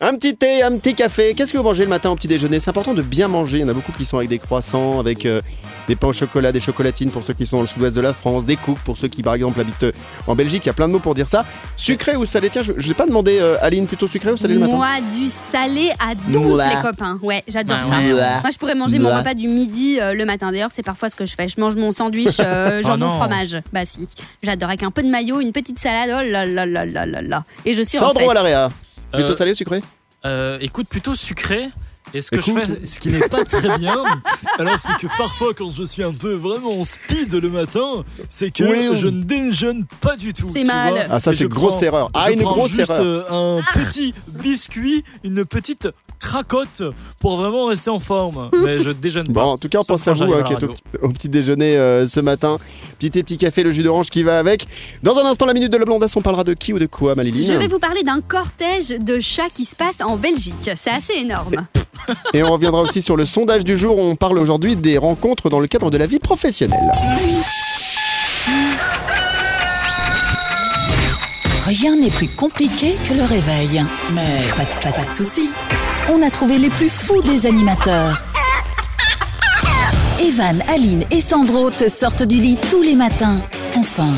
[SPEAKER 1] Un petit thé, un petit café. Qu'est-ce que vous mangez le matin au petit déjeuner C'est important de bien manger. Il y en a beaucoup qui sont avec des croissants, avec euh, des pains au chocolat, des chocolatines pour ceux qui sont dans le sud-ouest de la France, des cooks pour ceux qui, par exemple, habitent euh, en Belgique. Il y a plein de mots pour dire ça. Sucré ou salé Tiens, je ne l'ai pas demandé, euh, Aline, plutôt sucré ou salé le matin
[SPEAKER 3] Moi, du salé à 12,
[SPEAKER 1] Mouah.
[SPEAKER 3] les copains. Ouais, j'adore
[SPEAKER 2] Ah
[SPEAKER 3] ça.
[SPEAKER 2] ouais, ouais.
[SPEAKER 3] Moi, je pourrais manger mon
[SPEAKER 1] Mouah.
[SPEAKER 3] repas du midi euh, le matin. D'ailleurs, c'est parfois ce que je fais. Je mange mon sandwich, euh,
[SPEAKER 2] Oh
[SPEAKER 3] jambon
[SPEAKER 2] non.
[SPEAKER 3] fromage. Bah, si. J'adore. Avec un peu de maillot, une petite salade. Oh là là là là là là. Et je suis en
[SPEAKER 1] Sandro
[SPEAKER 3] fête.
[SPEAKER 1] à l'area. Plutôt
[SPEAKER 2] Euh,
[SPEAKER 1] salé ou sucré
[SPEAKER 2] Euh, écoute, plutôt sucré. Et ce que
[SPEAKER 1] Écoute.
[SPEAKER 2] je fais, ce qui n'est pas très bien, alors c'est que parfois quand je suis un peu vraiment en speed le matin, c'est que
[SPEAKER 1] Oui, oui.
[SPEAKER 2] je ne déjeune pas du tout.
[SPEAKER 3] C'est
[SPEAKER 2] tu
[SPEAKER 3] mal. Ah.
[SPEAKER 2] vois.
[SPEAKER 1] Ah, ça,
[SPEAKER 2] Et
[SPEAKER 1] c'est
[SPEAKER 2] je
[SPEAKER 1] grosse
[SPEAKER 2] prends-
[SPEAKER 1] erreur. Ah,
[SPEAKER 2] je
[SPEAKER 1] une
[SPEAKER 2] prends
[SPEAKER 1] grosse
[SPEAKER 2] juste,
[SPEAKER 1] erreur.
[SPEAKER 2] euh, un petit biscuit, une petite cracotte pour vraiment rester en forme. Mais je déjeune
[SPEAKER 1] Bon,
[SPEAKER 2] pas.
[SPEAKER 1] en tout cas, on
[SPEAKER 2] Sauf
[SPEAKER 1] pense à
[SPEAKER 2] quand
[SPEAKER 1] vous
[SPEAKER 2] j'arrive
[SPEAKER 1] hein,
[SPEAKER 2] à la
[SPEAKER 1] qui êtes au,
[SPEAKER 2] radio.
[SPEAKER 1] petit- au petit déjeuner euh, ce matin. Petit thé, petit café, le jus d'orange qui va avec. Dans un instant, la minute de la blondasse, on parlera de qui ou de quoi, Maliline
[SPEAKER 3] Je vais vous parler d'un cortège de chats qui se passe en Belgique. C'est assez énorme.
[SPEAKER 1] Et on reviendra aussi sur le sondage du jour. On parle aujourd'hui des rencontres dans le cadre de la vie professionnelle.
[SPEAKER 4] Rien n'est plus compliqué que le réveil. Mais pas, de- pas- pas de soucis. On a trouvé les plus fous des animateurs. Evan, Aline et Sandro te sortent du lit tous les matins. Enfin,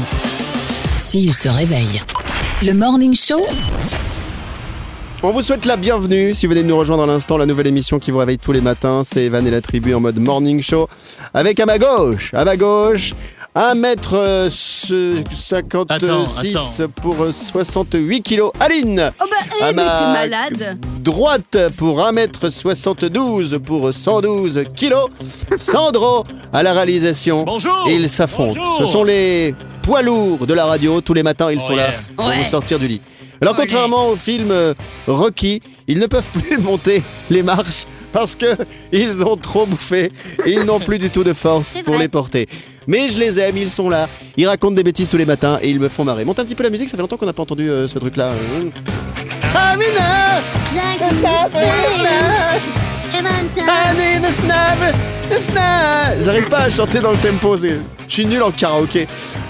[SPEAKER 4] s'ils se réveillent. Le Morning Show
[SPEAKER 1] On vous souhaite la bienvenue. Si vous venez de nous rejoindre à l'instant, la nouvelle émission qui vous réveille tous les matins, c'est Evan et la tribu en mode morning show. Avec à ma gauche, à ma gauche, 1 mètre euh, ce- 56
[SPEAKER 2] Attends, attends.
[SPEAKER 1] pour euh, 68 kilos. Aline
[SPEAKER 3] Oh bah, eh,
[SPEAKER 1] à
[SPEAKER 3] mais
[SPEAKER 1] ma
[SPEAKER 3] t'es malade.
[SPEAKER 1] Droite pour 1m72 pour 112 kilos. Sandro à la réalisation.
[SPEAKER 2] Bonjour.
[SPEAKER 1] Et ils s'affrontent.
[SPEAKER 2] Bonjour.
[SPEAKER 1] Ce sont les poids lourds de la radio. Tous les matins, ils
[SPEAKER 2] Oh
[SPEAKER 1] sont là
[SPEAKER 2] yeah.
[SPEAKER 1] pour
[SPEAKER 3] Ouais.
[SPEAKER 1] vous sortir du lit. Alors,
[SPEAKER 3] Olé.
[SPEAKER 1] contrairement au film euh, Rocky, ils ne peuvent plus monter les marches parce que ils ont trop bouffé. Et ils n'ont plus du tout de force
[SPEAKER 3] C'est
[SPEAKER 1] pour
[SPEAKER 3] vrai.
[SPEAKER 1] les porter. Mais je les aime, ils sont là. Ils racontent des bêtises tous les matins et ils me font marrer. Monte un petit peu la musique, ça fait longtemps qu'on n'a pas entendu euh, ce truc-là. Euh. I'm in love, I'm in the snap, the snap. J'arrive pas à chanter dans le tempo, c'est- je suis nul en karaoké.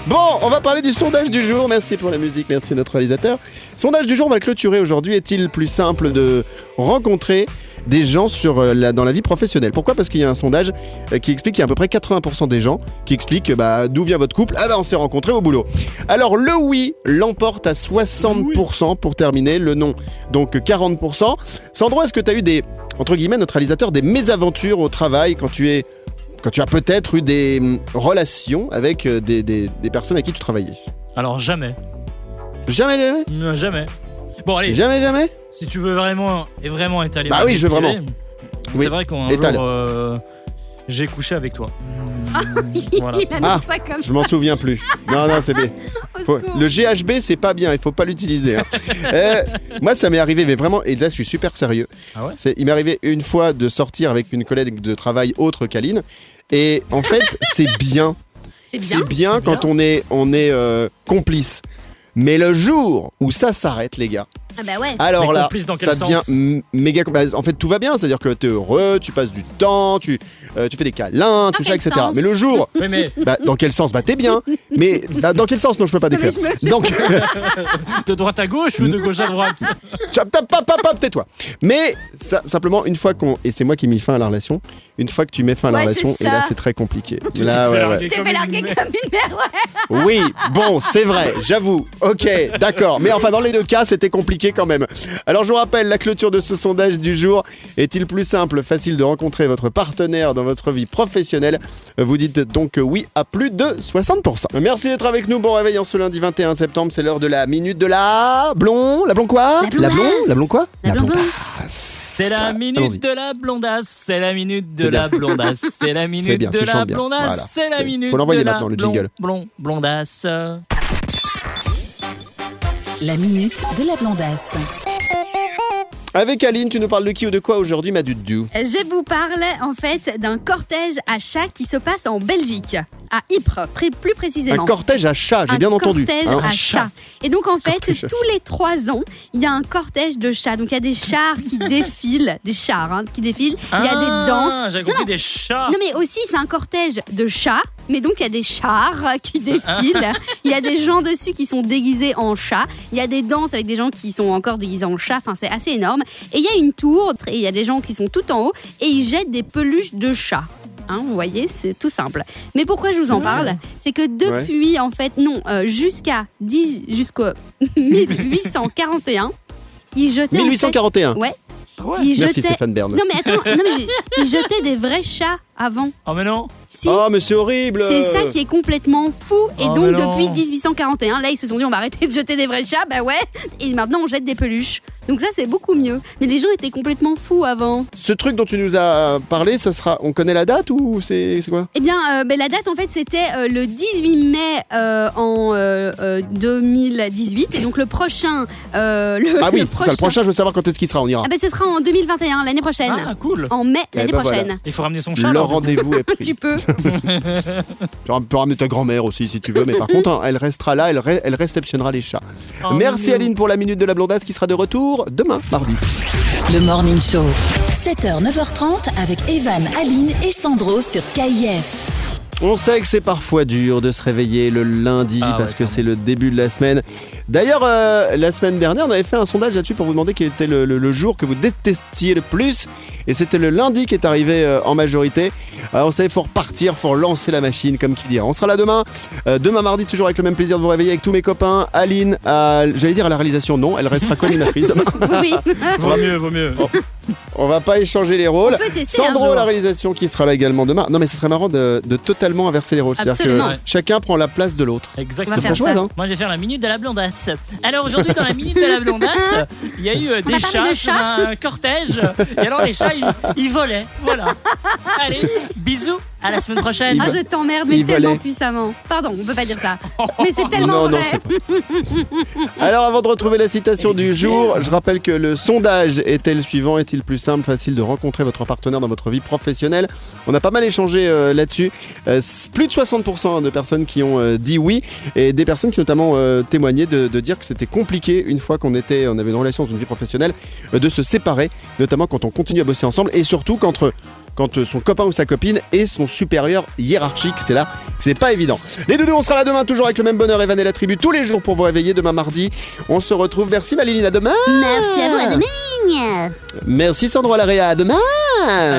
[SPEAKER 1] Bon, on va parler du sondage du jour. Merci pour la musique, merci notre réalisateur. Sondage du jour, on va le clôturer aujourd'hui. Est-il plus simple de rencontrer des gens sur, euh, la- dans la vie professionnelle Pourquoi Parce qu'il y a un sondage euh, qui explique qu'il y a à peu près 80% des gens qui expliquent euh, bah, d'où vient votre couple. Ah bah on s'est rencontrés au boulot. Alors le oui l'emporte à 60% pour terminer, le non donc 40%. Sandro, est-ce que tu as eu des, entre guillemets, notre réalisateur, des mésaventures au travail quand tu es... Quand tu as peut-être eu des hum, relations avec euh, des, des- des personnes à qui tu travaillais.
[SPEAKER 2] Alors jamais,
[SPEAKER 1] Jamais, jamais
[SPEAKER 2] Non, jamais. Bon allez,
[SPEAKER 1] Jamais, jamais
[SPEAKER 2] si tu veux vraiment et vraiment étaler.
[SPEAKER 1] Bah
[SPEAKER 2] ma
[SPEAKER 1] oui,
[SPEAKER 2] vie
[SPEAKER 1] je veux
[SPEAKER 2] privée,
[SPEAKER 1] vraiment.
[SPEAKER 2] C'est
[SPEAKER 1] Oui,
[SPEAKER 2] vrai qu'un jour
[SPEAKER 1] étale.
[SPEAKER 2] euh, j'ai couché avec toi.
[SPEAKER 3] Il
[SPEAKER 2] Hmm, Voilà.
[SPEAKER 3] annonce
[SPEAKER 1] Ah,
[SPEAKER 3] ça comme
[SPEAKER 1] Je m'en souviens plus. Non, non, c'est bien.
[SPEAKER 3] au
[SPEAKER 1] Faut-
[SPEAKER 3] secours.
[SPEAKER 1] le GHB, c'est pas bien, il faut pas l'utiliser. hein. Euh, moi, ça m'est arrivé, mais vraiment, et là, je suis super sérieux.
[SPEAKER 2] Ah ouais
[SPEAKER 1] C'est- il m'est arrivé une fois de sortir avec une collègue de travail autre qu'Aline. Et en fait, c'est bien.
[SPEAKER 3] C'est bien.
[SPEAKER 1] C'est bien
[SPEAKER 2] C'est
[SPEAKER 1] quand
[SPEAKER 2] bien.
[SPEAKER 1] on est, on est euh, complice. Mais le jour où ça s'arrête, les gars,
[SPEAKER 3] Ah bah ouais.
[SPEAKER 1] alors
[SPEAKER 2] Mais
[SPEAKER 1] là,
[SPEAKER 2] complice dans quel
[SPEAKER 1] ça devient
[SPEAKER 2] sens
[SPEAKER 1] m- méga. bah, En fait, tout va bien, c'est-à-dire que t'es heureux, tu passes du temps, tu, euh, tu fais des câlins, tout ça,
[SPEAKER 3] quel
[SPEAKER 1] etc.
[SPEAKER 3] sens
[SPEAKER 1] Mais le jour,
[SPEAKER 2] Oui, mais
[SPEAKER 1] bah, dans quel sens Bah t'es bien. Mais bah, dans quel sens Non, je peux pas
[SPEAKER 3] Non, mais
[SPEAKER 1] décrire.
[SPEAKER 3] je
[SPEAKER 1] Donc,
[SPEAKER 2] de droite à gauche ou de gauche à droite
[SPEAKER 1] Chop, tap, pap, pap, pap, tais-toi. Mais ça- simplement, une fois qu'on. Et c'est moi qui ai mis fin à la relation. Une fois que tu mets fin à la
[SPEAKER 3] Ouais,
[SPEAKER 1] relation,
[SPEAKER 3] c'est
[SPEAKER 1] et là,
[SPEAKER 3] ça.
[SPEAKER 1] c'est très compliqué.
[SPEAKER 2] Tu
[SPEAKER 1] Là,
[SPEAKER 2] te fais
[SPEAKER 1] ouais,
[SPEAKER 2] larguer.
[SPEAKER 1] ouais.
[SPEAKER 3] Tu t'es
[SPEAKER 2] comme
[SPEAKER 3] fait
[SPEAKER 2] une
[SPEAKER 3] larguer
[SPEAKER 2] merde.
[SPEAKER 3] comme une merde, ouais.
[SPEAKER 1] Oui, bon, c'est vrai, j'avoue. Ok, d'accord. Mais enfin, dans les deux cas, c'était compliqué quand même. Alors, je vous rappelle, la clôture de ce sondage du jour. Est-il plus simple, facile de rencontrer votre partenaire dans votre vie professionnelle Vous dites donc oui à plus de 60%. Merci d'être avec nous. Bon réveil en ce lundi 21 septembre. C'est l'heure de la minute de la blond. La blond quoi
[SPEAKER 3] La blondasse.
[SPEAKER 1] La blond La blond quoi
[SPEAKER 3] La blondasse.
[SPEAKER 1] blondasse.
[SPEAKER 2] C'est la
[SPEAKER 1] Allons-y.
[SPEAKER 2] minute de la blondasse, c'est la minute de
[SPEAKER 1] C'est bien.
[SPEAKER 2] la blondasse, c'est la minute
[SPEAKER 1] bien,
[SPEAKER 2] de
[SPEAKER 1] tu
[SPEAKER 2] la
[SPEAKER 1] chantes bien.
[SPEAKER 2] blondasse,
[SPEAKER 1] Voilà.
[SPEAKER 2] c'est la
[SPEAKER 1] C'est-
[SPEAKER 2] minute
[SPEAKER 1] faut l'envoyer
[SPEAKER 2] de la
[SPEAKER 1] maintenant, le
[SPEAKER 2] blon-
[SPEAKER 1] jingle.
[SPEAKER 2] blon- blondasse.
[SPEAKER 4] La minute de la blondasse.
[SPEAKER 1] Avec Aline, tu nous parles de qui ou de quoi aujourd'hui, ma Dudu
[SPEAKER 3] Je vous parle en fait d'un cortège à chats qui se passe en Belgique, à Ypres, pré- plus précisément.
[SPEAKER 1] Un cortège à chat, j'ai
[SPEAKER 3] Un
[SPEAKER 1] bien entendu.
[SPEAKER 3] cortège
[SPEAKER 1] hein.
[SPEAKER 3] à chats. Et donc en fait,
[SPEAKER 1] Cortège à
[SPEAKER 3] tous les trois ans, il y a un cortège de chats. Donc il y a des chars qui défilent, des chars hein, qui défilent. Il y a des danses.
[SPEAKER 2] J'avais Ah, compris des chats.
[SPEAKER 3] Non mais aussi c'est un cortège de chats, mais donc il y a des chars euh, qui défilent, il y a des gens dessus qui sont déguisés en chats, il y a des danses avec des gens qui sont encore déguisés en chats, enfin c'est assez énorme, et il y a une tour, et il y a des gens qui sont tout en haut, et ils jettent des peluches de chats. Hein, vous voyez, c'est tout simple. Mais pourquoi je vous
[SPEAKER 1] Ah.
[SPEAKER 3] en parle C'est que depuis, en fait, non, euh, jusqu'à 10, jusqu'au 1841, ils jetaient... en fait-
[SPEAKER 1] 1841.
[SPEAKER 3] Ouais,
[SPEAKER 2] Ouais.
[SPEAKER 3] ils
[SPEAKER 1] Merci
[SPEAKER 3] jetaient...
[SPEAKER 1] Stéphane Bern.
[SPEAKER 3] Non mais attends, non, mais j'ai- ils jetaient des vrais chats avant.
[SPEAKER 2] Oh mais non.
[SPEAKER 3] Si,
[SPEAKER 1] Oh, mais c'est horrible
[SPEAKER 3] c'est ça qui est complètement fou. Et
[SPEAKER 2] Oh, mais
[SPEAKER 3] donc,
[SPEAKER 2] non.
[SPEAKER 3] depuis 1841, là, ils se sont dit, on va arrêter de jeter des vrais chats. Bah ouais. Et maintenant, on jette des peluches. Donc, ça, c'est beaucoup mieux. Mais les gens étaient complètement fous avant.
[SPEAKER 1] Ce truc dont tu nous as parlé, ça sera. On connaît la date ou c'est c'est quoi
[SPEAKER 3] Eh bien, euh, ben, la date, en fait, c'était euh, le 18 mai euh, en euh, euh, 2018. Et donc, le prochain. euh, le,
[SPEAKER 1] Ah oui,
[SPEAKER 3] le
[SPEAKER 1] c'est ça, le prochain, je veux savoir quand est-ce qu'il sera, on ira.
[SPEAKER 3] Ah ben, ce sera en 2021, l'année prochaine.
[SPEAKER 2] Ah cool.
[SPEAKER 3] En mai, l'année
[SPEAKER 1] ben, voilà.
[SPEAKER 3] prochaine.
[SPEAKER 2] Il faut ramener son chat.
[SPEAKER 1] Leur
[SPEAKER 2] alors, du coup.
[SPEAKER 1] rendez-vous est pris.
[SPEAKER 3] Tu peux.
[SPEAKER 1] Tu ram- peux ramener ta grand-mère aussi si tu veux, mais par contre, hein, elle restera là, elle, re- elle réceptionnera les chats.
[SPEAKER 2] Oh,
[SPEAKER 1] Merci
[SPEAKER 2] mignon.
[SPEAKER 1] Aline pour la minute de la blondasse qui sera de retour demain, mardi.
[SPEAKER 4] Le Morning Show. 7h, 9h30 avec Evan, Aline et Sandro sur KIF.
[SPEAKER 1] On sait que c'est parfois dur de se réveiller le lundi
[SPEAKER 2] Ah ouais,
[SPEAKER 1] parce que
[SPEAKER 2] clairement.
[SPEAKER 1] c'est le début de la semaine. D'ailleurs, euh, la semaine dernière, on avait fait un sondage là-dessus pour vous demander quel était le, le- le jour que vous détestiez le plus. Et c'était le lundi qui est arrivé euh, en majorité. Alors, vous savez, faut repartir, faut lancer la machine, comme qui dire. On sera là demain. Euh, demain mardi, toujours avec le même plaisir de vous réveiller avec tous mes copains. Aline, à- j'allais dire à la réalisation, non, elle restera co-animatrice demain.
[SPEAKER 3] oui.
[SPEAKER 2] Vaut mieux, vaut mieux.
[SPEAKER 1] On va pas échanger les rôles.
[SPEAKER 3] On peut tester un
[SPEAKER 1] Sandro,
[SPEAKER 3] jour.
[SPEAKER 1] la réalisation qui sera là également demain. Non, mais ce serait marrant de, de totalement inverser les rôles. C'est-à-dire
[SPEAKER 3] Absolument.
[SPEAKER 1] que
[SPEAKER 2] Ouais.
[SPEAKER 1] chacun prend la place de l'autre.
[SPEAKER 2] Exactement.
[SPEAKER 3] On va
[SPEAKER 1] C'est
[SPEAKER 3] faire
[SPEAKER 1] chouette,
[SPEAKER 3] ça.
[SPEAKER 1] hein
[SPEAKER 2] Moi, je vais faire la minute de la blondasse. Alors aujourd'hui, dans la minute de la blondasse, il y a eu euh,
[SPEAKER 3] On va
[SPEAKER 2] des
[SPEAKER 3] parler
[SPEAKER 2] chats
[SPEAKER 3] de
[SPEAKER 2] sur
[SPEAKER 3] chats.
[SPEAKER 2] un cortège. Et alors les chats, ils, ils volaient. Voilà. Allez, bisous. À la semaine prochaine.
[SPEAKER 3] Ah, je t'emmerde, mais
[SPEAKER 1] Il
[SPEAKER 3] tellement
[SPEAKER 1] volait.
[SPEAKER 3] puissamment. Pardon, on peut pas dire ça. Mais c'est tellement
[SPEAKER 1] Non, non,
[SPEAKER 3] vrai.
[SPEAKER 1] c'est pas- Alors, avant de retrouver la citation du jour, je rappelle que le sondage était le suivant. Est-il plus simple, facile de rencontrer votre partenaire dans votre vie professionnelle On a pas mal échangé euh, là-dessus. Euh, s- plus de 60% hein, de personnes qui ont euh, dit oui et des personnes qui notamment euh, témoignaient de, de dire que c'était compliqué une fois qu'on était, on avait une relation dans une vie professionnelle, euh, de se séparer, notamment quand on continue à bosser ensemble et surtout quand quand euh, son copain ou sa copine est son supérieur hiérarchique. C'est là que c'est pas évident. Les deux on sera là demain, toujours avec le même bonheur, Evan et la tribu, tous les jours pour vous réveiller. Demain mardi, on se retrouve. Merci Maléline, à demain.
[SPEAKER 3] Merci à vous, à demain.
[SPEAKER 1] Merci Sandro Alaria, à demain.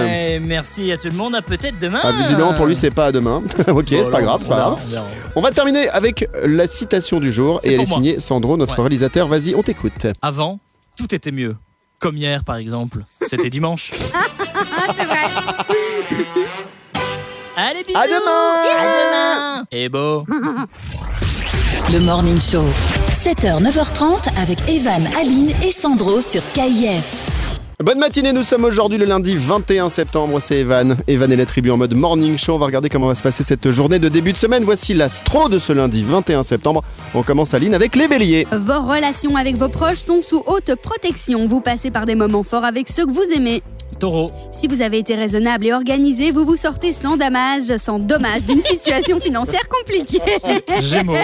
[SPEAKER 2] Eh, merci à tout le monde. À peut-être demain. Ah,
[SPEAKER 1] Ah, visiblement, pour lui, c'est pas à demain. ok, c'est pas grave, c'est pas grave.
[SPEAKER 2] ben,
[SPEAKER 1] On va terminer avec la citation du jour
[SPEAKER 2] C'est
[SPEAKER 1] et elle
[SPEAKER 2] pour
[SPEAKER 1] est
[SPEAKER 2] moi.
[SPEAKER 1] signée Sandro, notre
[SPEAKER 2] Ouais.
[SPEAKER 1] réalisateur. Vas-y, on t'écoute.
[SPEAKER 2] Avant, tout était mieux. Comme hier, par exemple. C'était dimanche.
[SPEAKER 3] Ah, c'est vrai.
[SPEAKER 2] Allez, bisous.
[SPEAKER 1] À demain.
[SPEAKER 2] À demain. Et beau.
[SPEAKER 4] Le Morning Show. 7h, 9h30 avec Evan, Aline et Sandro sur KIF.
[SPEAKER 1] Bonne matinée, nous sommes aujourd'hui le lundi 21 septembre, c'est Evan. Evan et la tribu en mode morning show, on va regarder comment va se passer cette journée de début de semaine. Voici l'astro de ce lundi 21 septembre. On commence à ligne avec les béliers.
[SPEAKER 3] Vos relations avec vos proches sont sous haute protection. Vous passez par des moments forts avec ceux que vous aimez.
[SPEAKER 2] Taureau.
[SPEAKER 3] Si vous avez été raisonnable et organisé, vous vous sortez sans dommage, sans dommage d'une situation financière compliquée.
[SPEAKER 2] Gémeaux.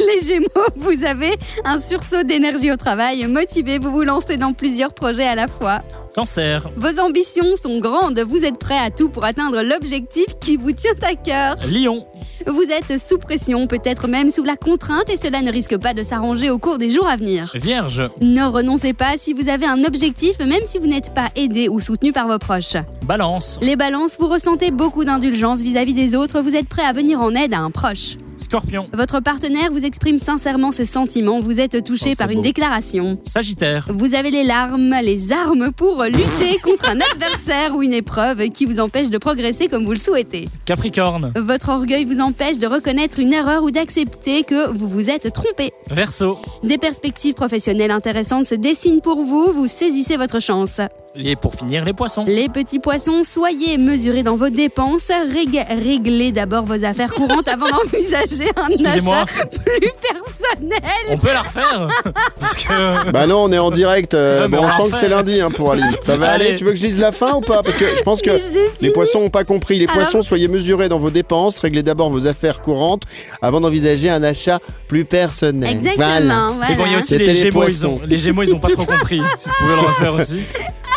[SPEAKER 3] Les Gémeaux, vous avez un sursaut d'énergie au travail, motivé, vous vous lancez dans plusieurs projets à la fois.
[SPEAKER 2] Cancer.
[SPEAKER 3] Vos ambitions sont grandes, vous êtes prêt à tout pour atteindre l'objectif qui vous tient à cœur.
[SPEAKER 2] Lion.
[SPEAKER 3] Vous êtes sous pression, peut-être même sous la contrainte, et cela ne risque pas de s'arranger au cours des jours à venir.
[SPEAKER 2] Vierge.
[SPEAKER 3] Ne renoncez pas si vous avez un objectif, même si vous n'êtes pas aidé ou soutenu par vos proches.
[SPEAKER 2] Balance.
[SPEAKER 3] Les balances, vous ressentez beaucoup d'indulgence vis-à-vis des autres, vous êtes prêt à venir en aide à un proche.
[SPEAKER 2] Scorpion.
[SPEAKER 3] Votre partenaire vous exprime sincèrement ses sentiments, vous êtes
[SPEAKER 1] Oh,
[SPEAKER 3] touché
[SPEAKER 1] c'est
[SPEAKER 3] par une
[SPEAKER 1] beau.
[SPEAKER 3] déclaration.
[SPEAKER 2] Sagittaire.
[SPEAKER 3] Vous avez les larmes, les armes pour lutter contre un adversaire ou une épreuve qui vous empêche de progresser comme vous le souhaitez.
[SPEAKER 2] Capricorne.
[SPEAKER 3] Votre orgueil vous empêche de reconnaître une erreur ou d'accepter que vous vous êtes trompé.
[SPEAKER 2] Verseau.
[SPEAKER 3] Des perspectives professionnelles intéressantes se dessinent pour vous, vous saisissez votre chance.
[SPEAKER 2] Et pour finir, les poissons.
[SPEAKER 3] Les petits poissons, soyez mesurés dans vos dépenses, Rég- réglez d'abord vos affaires courantes avant d'envisager un
[SPEAKER 2] Excusez-moi.
[SPEAKER 3] achat plus personnel.
[SPEAKER 2] On peut la refaire Parce que.
[SPEAKER 1] Bah non, on est en direct. euh,
[SPEAKER 2] Ouais, mais
[SPEAKER 1] bon,
[SPEAKER 2] on
[SPEAKER 1] on sent
[SPEAKER 2] va
[SPEAKER 1] que
[SPEAKER 2] refaire.
[SPEAKER 1] c'est lundi hein, pour Aline. Ça va
[SPEAKER 2] Allez.
[SPEAKER 1] aller Tu veux que je dise la fin ou pas Parce que je pense que
[SPEAKER 3] Mais je l'ai
[SPEAKER 1] les poissons n'ont pas compris. Les
[SPEAKER 3] Alors-
[SPEAKER 1] poissons, soyez mesurés dans vos dépenses, réglez d'abord vos affaires courantes avant d'envisager un achat plus personnel. Voilà.
[SPEAKER 3] Exactement, voilà.
[SPEAKER 2] Mais bon, il y a aussi
[SPEAKER 1] C'était
[SPEAKER 2] les
[SPEAKER 1] les
[SPEAKER 2] Gémeaux, ils
[SPEAKER 1] poissons.
[SPEAKER 2] ont, les Gémeaux, ils ont pas trop compris. Si vous pouvez le refaire aussi.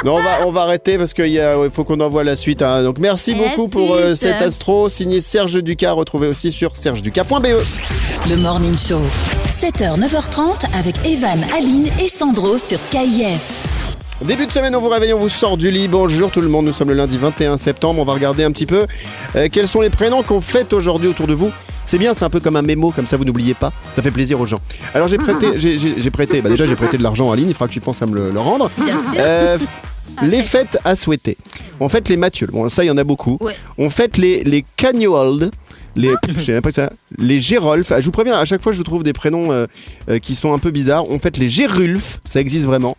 [SPEAKER 1] Non, on va, on va arrêter parce qu'il y a- il faut qu'on envoie la suite. hein. Donc merci
[SPEAKER 3] La
[SPEAKER 1] beaucoup pour euh,
[SPEAKER 3] suite.
[SPEAKER 1] cet astro signé Serge Ducas, retrouvé aussi sur sergeducas.be.
[SPEAKER 4] Le Morning Show. 7h, 9h30 avec Evan, Aline et Sandro sur KIF.
[SPEAKER 1] Début de semaine, on vous réveille, on vous sort du lit. Bonjour tout le monde, nous sommes le lundi 21 septembre. On va regarder un petit peu euh, quels sont les prénoms qu'on fête aujourd'hui autour de vous. C'est bien, c'est un peu comme un mémo, comme ça vous n'oubliez pas. Ça fait plaisir aux gens. Alors j'ai prêté, j'ai- j'ai j'ai prêté, bah déjà j'ai prêté de l'argent à Aline, il faudra que tu penses à me le, le rendre.
[SPEAKER 3] Bien sûr.
[SPEAKER 1] Euh,
[SPEAKER 2] Ah,
[SPEAKER 1] les fêtes à souhaiter. On fête les Mathieu, bon ça il y en a beaucoup.
[SPEAKER 3] Ouais.
[SPEAKER 1] On fête les, les Cagnold. Les,
[SPEAKER 2] Ah.
[SPEAKER 1] je sais même pas que ça. Les Gérolf. Ah, je vous préviens, à chaque fois je vous trouve des prénoms euh, euh, qui sont un peu bizarres. On fête les Gérulf, ça existe vraiment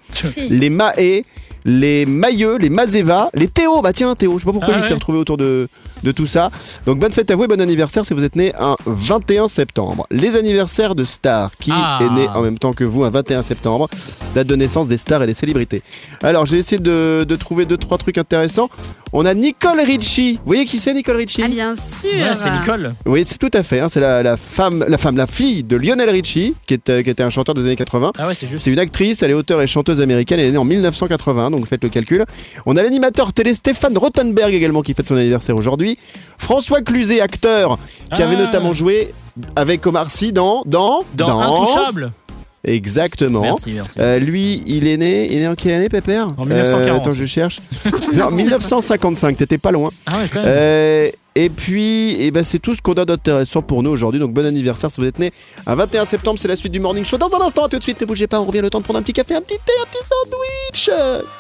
[SPEAKER 1] les Mahé, les Mailleux, les Mazeva, les Théo. Bah tiens, Théo, je sais pas pourquoi
[SPEAKER 2] Ah
[SPEAKER 1] il s'est
[SPEAKER 2] ouais.
[SPEAKER 1] retrouvé autour de, de tout ça. Donc bonne fête à vous et bon anniversaire si vous êtes né un 21 septembre. Les anniversaires de stars. Qui
[SPEAKER 2] Ah.
[SPEAKER 1] est né en même temps que vous un 21 septembre Date de naissance des stars et des célébrités. Alors j'ai essayé de, de trouver deux, trois trucs intéressants. On a Nicole Richie. Vous voyez qui c'est Nicole Richie
[SPEAKER 3] Ah, bien sûr.
[SPEAKER 2] Ouais, c'est Nicole.
[SPEAKER 1] Oui, c'est tout à fait. hein, c'est la, la femme, la femme, la fille de Lionel Richie, qui, est, euh, qui était un chanteur des années 80.
[SPEAKER 2] Ah ouais, c'est juste.
[SPEAKER 1] C'est une actrice, elle est auteure et chanteuse américaine, elle est née en 1981, donc faites le calcul. On a l'animateur télé Stéphane Rottenberg également qui fête son anniversaire aujourd'hui. François Cluzet, acteur, qui avait
[SPEAKER 2] Ah.
[SPEAKER 1] notamment joué avec Omar Sy dans... Dans...
[SPEAKER 2] Dans, Intouchable.
[SPEAKER 1] Exactement.
[SPEAKER 2] Merci, merci.
[SPEAKER 1] Euh, lui, il est né, il est né en quelle année, Pépère Euh,
[SPEAKER 2] En 1940.
[SPEAKER 1] attends, je cherche. non, 1955, t'étais pas loin.
[SPEAKER 2] Ah ouais, quand même.
[SPEAKER 1] Euh, et puis, eh ben, c'est tout ce qu'on a d'intéressant pour nous aujourd'hui. Donc, bon anniversaire si vous êtes né un 21 septembre. C'est la suite du Morning Show. Dans un instant, à tout de suite, ne bougez pas. On revient le temps de prendre un petit café, un petit thé, un petit sandwich.